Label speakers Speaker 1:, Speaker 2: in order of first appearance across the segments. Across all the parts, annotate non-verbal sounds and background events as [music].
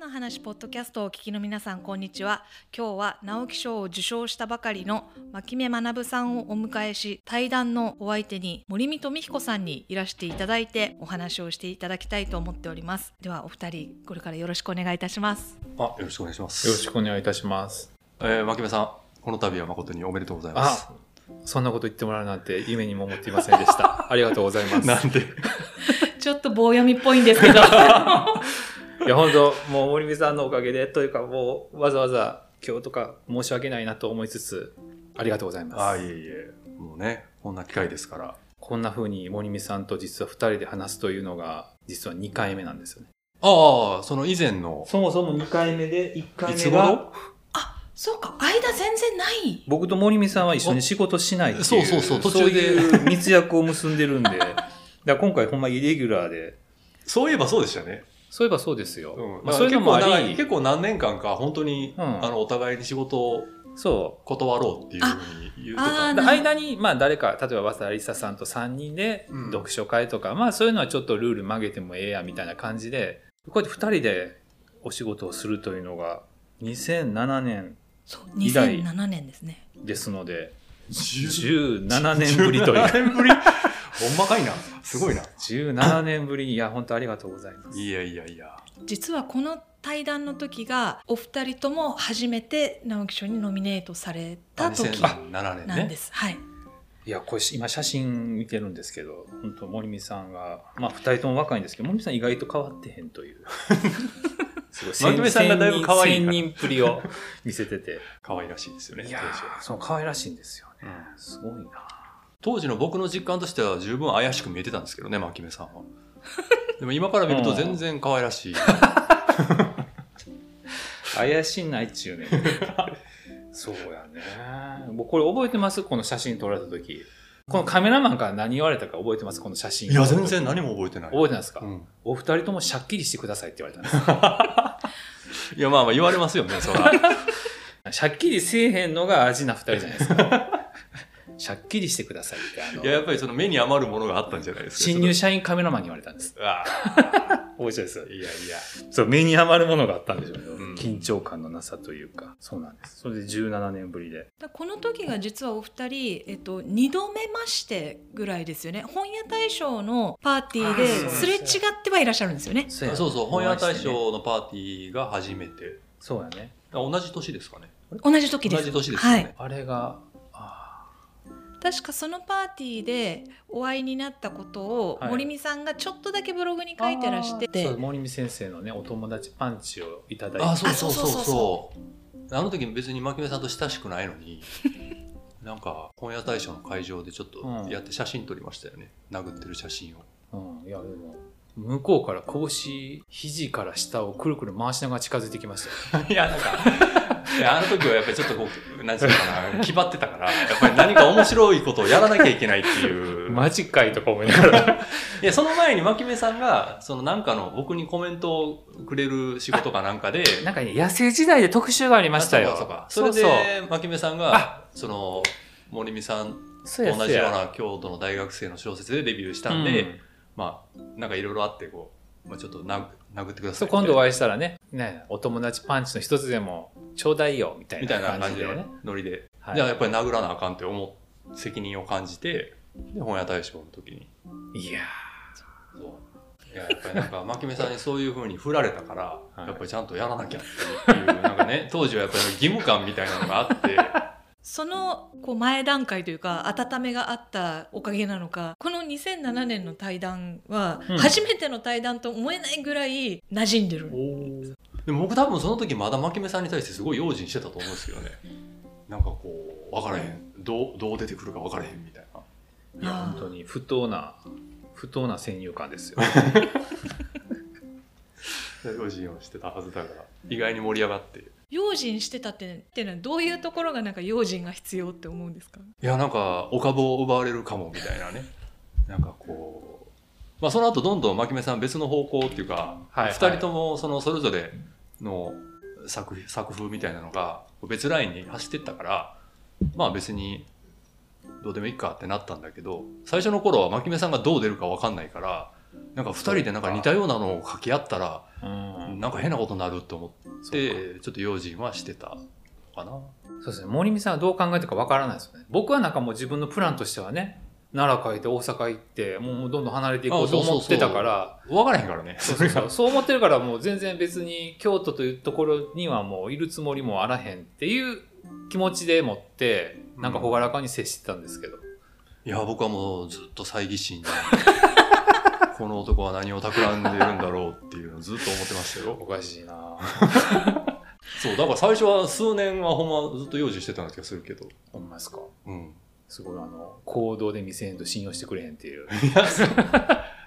Speaker 1: の話ポッドキャストをお聞きの皆さんこんにちは今日は直木賞を受賞したばかりの牧目学さんをお迎えし対談のお相手に森見富彦さんにいらしていただいてお話をしていただきたいと思っておりますではお二人これからよろしくお願いいたします
Speaker 2: あ、よろしくお願いします。
Speaker 3: よろしくお願いいたします。
Speaker 2: えー、牧部さん、この度は誠におめでとうございます
Speaker 3: あ。、そんなこと言ってもらうなんて夢にも思っていませんで
Speaker 2: [laughs]
Speaker 3: した。ありがとうございます。
Speaker 2: なんで、
Speaker 1: [laughs] ちょっと棒読みっぽいんですけど
Speaker 3: いや、本当もう森美さんのおかげで、というかもうわざわざ今日とか申し訳ないなと思いつつ、ありがとうございます。
Speaker 2: あ、いえいえ、もうね、こんな機会ですから。
Speaker 3: こんな風に森美さんと実は2人で話すというのが、実は2回目なんですよね。
Speaker 2: ああ、その以前の、
Speaker 3: そもそも2回目で、1
Speaker 2: いつ頃
Speaker 1: [laughs] そうか間全然ない
Speaker 3: 僕と森美さんは一緒に仕事しないっていう。
Speaker 2: そうそうそう途中で
Speaker 3: そういう密約を結んでるんで、
Speaker 2: [laughs]
Speaker 3: だから今回ほんまイレギュラーで、
Speaker 2: そういえばそうでしたね。
Speaker 3: そういえばそうですよ。
Speaker 2: うん。
Speaker 3: ま
Speaker 2: ま
Speaker 3: あ、
Speaker 2: あ、
Speaker 3: そう
Speaker 2: そう
Speaker 3: い
Speaker 2: いうう
Speaker 3: の
Speaker 2: の
Speaker 3: も
Speaker 2: も
Speaker 3: あ
Speaker 2: あ
Speaker 3: り、
Speaker 2: 結構何年間か、本当に、
Speaker 3: うん
Speaker 2: あの、お互いに仕事を
Speaker 3: そ
Speaker 2: 断ろうっていうふうに言うと
Speaker 1: ああ
Speaker 3: う。
Speaker 1: ー
Speaker 2: か。
Speaker 3: で間に、まあ誰か、例えば渡りささんと3人で
Speaker 2: うん
Speaker 3: 読書会とか、まあそういうのはちょっとルール曲げてもええやみたいな感じで、こうやって2人でお仕事をするというのが2007年
Speaker 1: そう
Speaker 3: 以来
Speaker 1: 2007年ですね
Speaker 3: ですので、
Speaker 2: 17
Speaker 3: 17年ぶりという。
Speaker 2: 17年ぶり [laughs] ほんまかいな。すごいな。
Speaker 3: 17年ぶりに、いや、本当ありがとうございます。
Speaker 2: いやいやいや。
Speaker 1: 実はこの対談の時がお二人とも初めて直木賞にノミネートされた時
Speaker 2: 2007
Speaker 1: なん
Speaker 2: 年
Speaker 1: で
Speaker 2: ね。
Speaker 1: す、はい
Speaker 3: いや、これ今写真見てるんですけど、本当森美さんが、まあ2人とも若いんですけど、森美さん意外と変わってへんと
Speaker 2: [laughs]
Speaker 3: いう。すごい
Speaker 2: 森美さんがだいぶ可愛い
Speaker 3: 千
Speaker 2: から
Speaker 3: 人っぷ
Speaker 2: [laughs]
Speaker 3: りを見せてて。
Speaker 2: 可愛らしいですよね。
Speaker 3: いや
Speaker 2: 当時は
Speaker 3: ー、そう、可愛らしいんですよね。
Speaker 2: うん
Speaker 3: すごいな。
Speaker 2: 当時の僕の実感としては十分怪しく見えてたんですけどね、牧目さんは。でも今から見ると全然可愛らしい。
Speaker 3: 怪しいないっち
Speaker 2: [laughs]
Speaker 3: ゅうねん。そうやね。僕これ覚えてますこの写真撮られた時。このカメラマンから何言われたか覚えてますこの写真。
Speaker 2: いや、全然。何も覚えてない。
Speaker 3: 覚えてないですか、
Speaker 2: うん
Speaker 3: お二人ともシャッキリしてくださいって言われたんです
Speaker 2: いや、まあまあ言われますよね、そら。 [laughs]
Speaker 3: シャッキリせえへんのが味な二人じゃないですか。 [laughs] シャッキリしてくださいって、あ
Speaker 2: いや、や
Speaker 3: の、
Speaker 2: っぱりその目に余るものがあったんじゃないですか。
Speaker 3: 新入社員カメラマンに言われたんです。
Speaker 2: そのあ
Speaker 3: 面白いですよ
Speaker 2: あいやいや。
Speaker 3: そう、目に余るものがあったんでしょうね、
Speaker 2: うん
Speaker 3: 緊張感のなさというか。そうなんです。それで17年ぶりで。
Speaker 1: だこの時が実はお二人、えっと、2度目ましてぐらいですよね本屋大賞のパーティー
Speaker 3: あーそう
Speaker 1: で
Speaker 3: です
Speaker 1: すれ違ってはいらっしゃるんですよね
Speaker 3: そ
Speaker 2: そうそう、本屋大。賞のパーティーが初めて。
Speaker 3: そうやね。
Speaker 2: 同じ年ですかね。
Speaker 1: 同じ時で
Speaker 2: 同
Speaker 1: す
Speaker 2: じ年ですよ
Speaker 1: は
Speaker 2: ね。
Speaker 1: い、
Speaker 3: あれが、あ
Speaker 1: 確かそのパーティーでお会いになったことを
Speaker 3: はい
Speaker 1: 森美さんがちょっとだけブログに
Speaker 3: ー
Speaker 1: 書いてらしてて
Speaker 3: そう、森美先生のね、お友達パンチをいただいて。
Speaker 2: あそうそうそう
Speaker 1: あそうそうそう
Speaker 2: そうあの時別に牧目さんと親しくないのになんか本屋大賞の会場でちょっとやって写真撮りましたよね、殴ってる写真を
Speaker 3: うん、いや、でも、向こうから腰、肘から下をくるくる回しながら近づいてきましたよ。
Speaker 2: いやなんか [laughs] いやあの時はやっぱりちょっとこう何ていうのかな気張ってたからやっぱり何か面白いことをやらなきゃいけないっていう、
Speaker 3: [laughs] マジかいとか思いながら。
Speaker 2: いやその前に牧目さんがそのなんかの僕にコメントをくれる仕事かなんかで
Speaker 3: なんかね、野生時代で特集がありましたよ。
Speaker 2: あそうかそうかそれ
Speaker 3: そう
Speaker 2: で牧目さんがその森美さん
Speaker 3: そう
Speaker 2: 同じような京都の大学生の小説でレビューしたんで、まあなんかいろいろあってこう、まあ、ちょっと殴殴ってくださ
Speaker 3: そ
Speaker 2: いみたいな
Speaker 3: う今度お会いしたらねねお友達パンチの一つでもちょうだいよみたい
Speaker 2: みたい
Speaker 3: な
Speaker 2: な
Speaker 3: 感
Speaker 2: 感
Speaker 3: じ
Speaker 2: じ
Speaker 3: で
Speaker 2: の
Speaker 3: ね、
Speaker 2: ノリで、
Speaker 3: はい
Speaker 2: じゃあやっぱり殴らなあかんって思う責任を感じてで本屋大賞の時に
Speaker 3: いや
Speaker 2: そういややっぱりなんか [laughs] 牧目さんにそういうふうに振られたから、
Speaker 3: い
Speaker 2: やっぱりちゃんとやらなきゃっていうなんかね [laughs] 当時はやっぱり義務感みたいなのがあって。
Speaker 1: そのこう前段階というか温めがあったおかげなのかこの2007年の対談は
Speaker 3: うん
Speaker 1: 初めての対談と思えないぐらい馴染んでる、
Speaker 2: でも僕多分その時まだ牧目さんに対してすごい用心してたと思うんですけどねなんかこう分からへんどうどう出てくるか分からへんみたいない
Speaker 3: や
Speaker 1: あー
Speaker 3: 本当に不当な不当な先入観ですよ
Speaker 2: 用心を [laughs] してたはずだから意外に盛り上がってい
Speaker 1: 用心してたってっていうのはどういうところがなんか用心が必要って思うんですか
Speaker 2: やなんかお株を奪われるかもみたいなね [laughs] なんかこう、まあ、その後どんどん牧目さん別の方向っていうか、
Speaker 3: はい
Speaker 2: 二2人ともそのそれぞれの作作風みたいなのが別ラインに走ってったからまあ別にどうでもいいかってなったんだけど最初の頃は牧目さんがどう出るか分かんないからなんか2人でなんか似たようなのを掛け合ったら
Speaker 3: うん
Speaker 2: なんか変なことになると思っ
Speaker 3: そうか
Speaker 2: てちょっと用心はしてたかな
Speaker 3: そうですね森美さんはどう考えてるかわからないですよね僕はなんかもう自分のプランとしてはね奈良帰って大阪行ってもうもうどんどん離れていこ
Speaker 2: あ
Speaker 3: うと
Speaker 2: そうそう
Speaker 3: 思っ
Speaker 2: そう
Speaker 3: てたから
Speaker 2: 分からへんからね
Speaker 3: そうそうそう思ってるからもう全然別に京都というところにはもういるつもりもあらへんっていう気持ちでもってなんか朗らかに接してたんですけど、
Speaker 2: いや僕はもうずっと猜疑 [laughs] 心でこの男は何を企んでるんだろうっていうのをずっと思ってましたよ
Speaker 3: おかしいなぁ
Speaker 2: そうだから最初は数年はほんまずっと用心してたような気がするけど
Speaker 3: ほんまですか
Speaker 2: うん
Speaker 3: すごいあの行動で見せんと信用してくれへんってい
Speaker 2: い
Speaker 3: う、
Speaker 2: やそう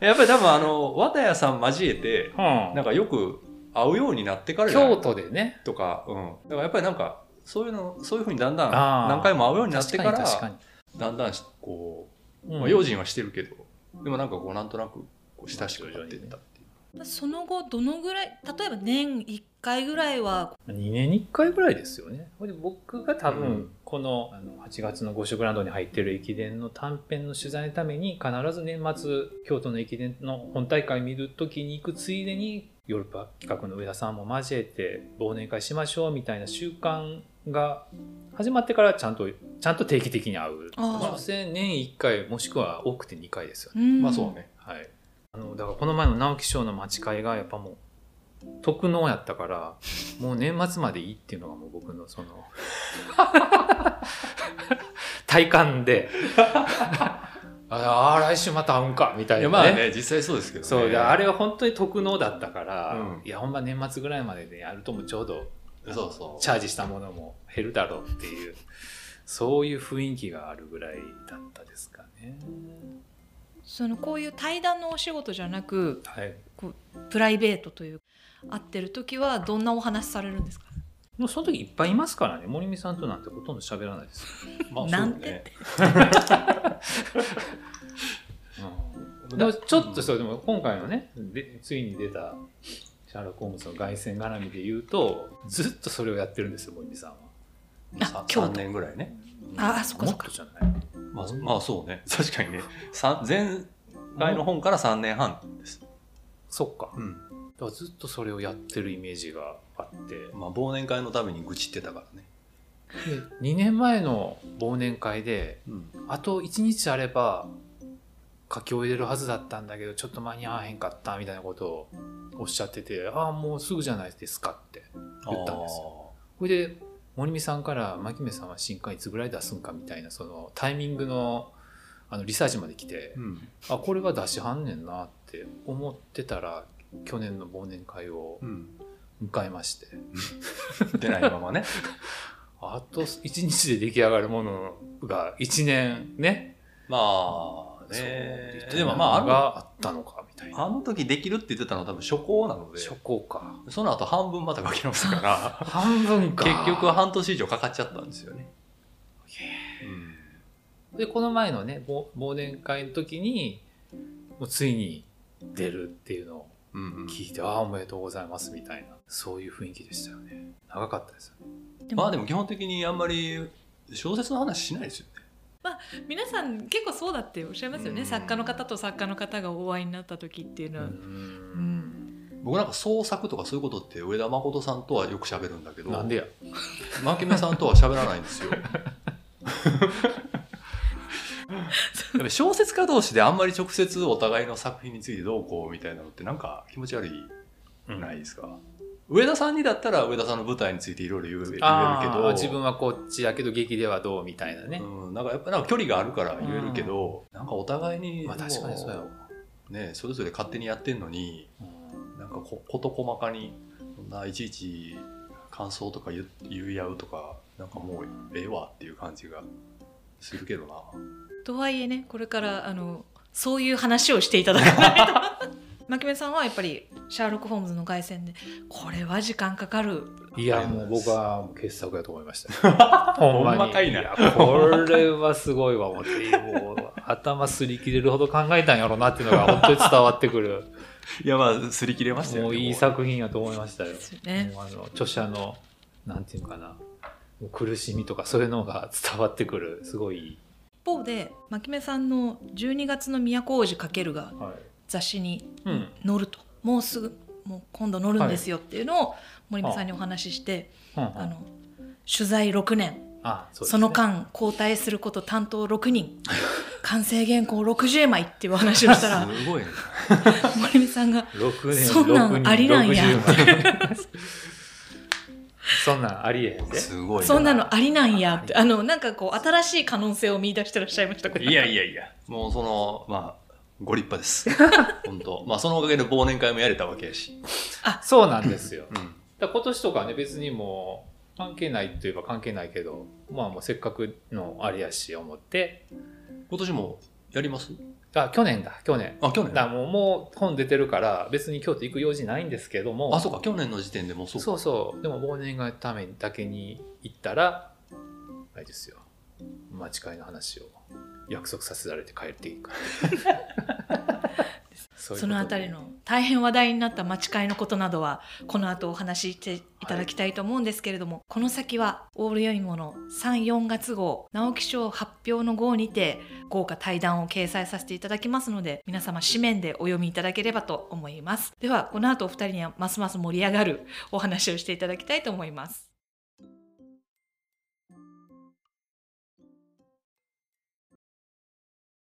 Speaker 2: やっぱり多分あの綿谷さん交えて
Speaker 3: な
Speaker 2: なんん
Speaker 3: か
Speaker 2: かよく会うようになってからじゃない
Speaker 3: 京都でね
Speaker 2: とか、うん、だからやっぱりなんかそういうのそういうふうにだんだん
Speaker 3: あー
Speaker 2: 何回も会うようになってから
Speaker 3: 確かに
Speaker 2: だんだんしこ
Speaker 3: 確
Speaker 2: う、
Speaker 3: かに
Speaker 2: まあ、用心はしてるけど、でもなんかこうなんとなくこう親しくなってったっていう、
Speaker 1: その後どのぐらい例えば年1回ぐらいは
Speaker 3: 2年に1回ぐらいですよねほいで僕が多
Speaker 2: う
Speaker 3: 分
Speaker 2: ん
Speaker 3: この,、あの8月の五色ブランドに入ってる駅伝の短編の取材のために必ず年末京都の駅伝の本大会見るときに行くついでにヨーロッパ企画の上田さんも交えて忘年会しましょうみたいな習慣が始まってからちゃんとちゃんと定期的に会う
Speaker 1: あ
Speaker 2: ー
Speaker 3: 所詮年1回もしくは多くて2回ですよね
Speaker 1: うん
Speaker 2: まあそうね
Speaker 3: はい、あのだからこの前の直木賞の待ち会がやっぱもう特納やったからもう年末までいいっていうのがもう僕のその体感でああ来週また会うんかみたい
Speaker 2: いや
Speaker 3: な、ね
Speaker 2: まあね実際そうですけどね
Speaker 3: そうであれは本当に特納だったから、
Speaker 2: うん
Speaker 3: いやほんま年末ぐらいまででやるともうちょうど
Speaker 2: そうそう
Speaker 3: チャージしたものも減るだろうっていうそういう雰囲気があるぐらいだったですかね。
Speaker 1: そのこういう対談のお仕事じゃなく
Speaker 3: はい
Speaker 1: プライベートという会ってる時はどんなお話されるんですか
Speaker 3: もうその時いっぱいいますからね森美さんとなんてほとんど喋らないです、
Speaker 2: まあそうね
Speaker 1: なんてって
Speaker 3: うん、でもちょっとそう、でも今回のねでついに出たシャーロック・ホームズの凱旋絡みで言うとずっとそれをやってるんですよ森美さんは
Speaker 1: あ
Speaker 2: さ
Speaker 1: 京都
Speaker 2: 3年ぐらいね、
Speaker 1: ああそっか
Speaker 3: も
Speaker 1: そっ
Speaker 3: っ
Speaker 1: か
Speaker 3: とじゃない
Speaker 2: まあ、まあそうね [laughs] 確かにねさん前回の本から3年半です、
Speaker 3: そっかだか
Speaker 2: うん
Speaker 3: らずっとそれをやってるイメージがあって
Speaker 2: まあ、忘年会のために愚痴ってたからね、
Speaker 3: 2年前の忘年会で
Speaker 2: うん、
Speaker 3: あと1日あれば書き終えれるはずだったんだけどちょっと間に合わへんかったみたいなことをおっしゃっててああもうすぐじゃないですかって言ったんです
Speaker 2: よ
Speaker 3: それで森美さんから「牧目さんは新刊いつぐらい出すんか」みたいなそのタイミングのあのリサーチまで来て、
Speaker 2: うん
Speaker 3: あこれは出しはんねんなって思ってたら去年の忘年会を
Speaker 2: うん、
Speaker 3: 迎えまして、
Speaker 2: 出ないままね
Speaker 3: あと1日で出来上がるものが1年ね
Speaker 2: まあ
Speaker 3: そう
Speaker 2: ね
Speaker 3: みたい
Speaker 2: で
Speaker 3: な
Speaker 2: も
Speaker 3: の
Speaker 2: まああの
Speaker 3: があったのかみたいな
Speaker 2: あの時できるって言ってたのは多分初行なので
Speaker 3: 初行か
Speaker 2: その後半分また書き直したか
Speaker 3: 半分
Speaker 2: ら
Speaker 3: か
Speaker 2: 結局半年以上かかっちゃったんですよね、
Speaker 3: でこの前のね忘忘年会の時にもうついに出るっていうのを
Speaker 2: うんうん
Speaker 3: 聞いて「ああおめでとうございます」みたいなそういう雰囲気でしたよね長かったですよね
Speaker 1: でも,、
Speaker 2: まあでも基本的にあんまり小説の話しないですよね
Speaker 1: 皆さん結構そうだっておっしゃいますよね、
Speaker 2: うん
Speaker 1: 作家の方と作家の方がお会いになった時っていうのは、
Speaker 3: ん
Speaker 2: 僕なんか創作とかそういうことって上田誠さんとはよく喋るんだけど
Speaker 3: なんでや
Speaker 2: 牧目さんとは喋らないん
Speaker 3: [laughs]
Speaker 2: ですよやっぱり小説家同士であんまり直接お互いの作品についてどうこうみたいなのってなんか気持ち悪いないですか、上田さんにだったら上田さんの舞台についていろいろ言え言えるけ
Speaker 3: あ
Speaker 2: ど
Speaker 3: あ自分はこっちやけど劇ではどうみたいなね、
Speaker 2: うん、なんかやっぱなんか距離があるから言えるけど、なんかお互いに、
Speaker 3: まあ確かにそうやわ、
Speaker 2: ね、それぞれ勝手にやってんのになんかこ事細かにそんないちいち感想とか言う言い合うとかなんかもうええわっていう感じがするけどな
Speaker 1: とはいえねこれからあのそういう話をしていただかない
Speaker 3: [laughs]
Speaker 1: と牧目さんはやっぱりシャーロック・ホームズの凱旋でこれは時間かかる
Speaker 3: いやもう僕はもう傑作やと思いましたよ
Speaker 2: [laughs]
Speaker 3: ほ
Speaker 2: ほんまかいな
Speaker 3: やこれはすごいわ思ってもう頭すり切れるほど考えたんやろうなっていうのが本当に伝わって
Speaker 2: [laughs]
Speaker 3: くる
Speaker 2: いやまあすり切れましたよ
Speaker 3: もういい作品やと思いましたよ
Speaker 1: ですよね。
Speaker 3: もうあの著者のなんていうのかなもう苦しみとかそういうのが伝わってくるすごい、
Speaker 1: 一方で牧目さんの「12月の都大路かける」が
Speaker 3: は
Speaker 1: 雑誌に
Speaker 3: いうん、
Speaker 1: 載るともうすぐもう今度乗るんですよっていうのを森美さんにお話しして、
Speaker 3: うんうん
Speaker 1: あの取材6年
Speaker 3: あ
Speaker 1: そ,、
Speaker 3: そうですね
Speaker 1: の間交代すること担当6人
Speaker 3: [laughs]
Speaker 1: 完成原稿60枚っていうお話をしたら
Speaker 2: すごいね。
Speaker 1: 森美さんが
Speaker 3: 6年
Speaker 1: そんなん
Speaker 3: 6人
Speaker 1: ありなんや
Speaker 3: 60万そんなんありえへんです
Speaker 2: ごい。
Speaker 1: そんな。のありなんやってあのなんかこう新しい可能性を見出してらっしゃいました
Speaker 2: いやいやいや、もうその、まあ、ご立派です。本当。まあ、そのおかげで忘年会もやれたわけやし。
Speaker 3: そうなんです
Speaker 1: [laughs]
Speaker 3: よ
Speaker 2: うん。
Speaker 3: だから今年とかはね別にもう関係ないといえば関係ないけどまあもうせっかくのあれやし思って
Speaker 2: 今年もやります
Speaker 3: あ去年だ去年
Speaker 2: あ、去
Speaker 3: だから
Speaker 2: 年。
Speaker 3: もうもう本出てるから別に京都行く用事ないんですけども
Speaker 2: あ、そうか、去年の時点でもうそうか。
Speaker 3: そうそうでも忘年会のためだけに行ったらあれですよ待ち会の話を約束させられて帰っ
Speaker 1: [laughs]
Speaker 3: ていく [laughs] そ
Speaker 1: そのあたりの大変話題になった町会のことなどはこの後お話ししていただきたいと思うんですけれども、この先はオールよいもの34月号直木賞発表の号にて豪華対談を掲載させていただきますので皆様紙面でお読みいただければと思いますではこの後お二人にはますます盛り上がるお話をしていただきたいと思います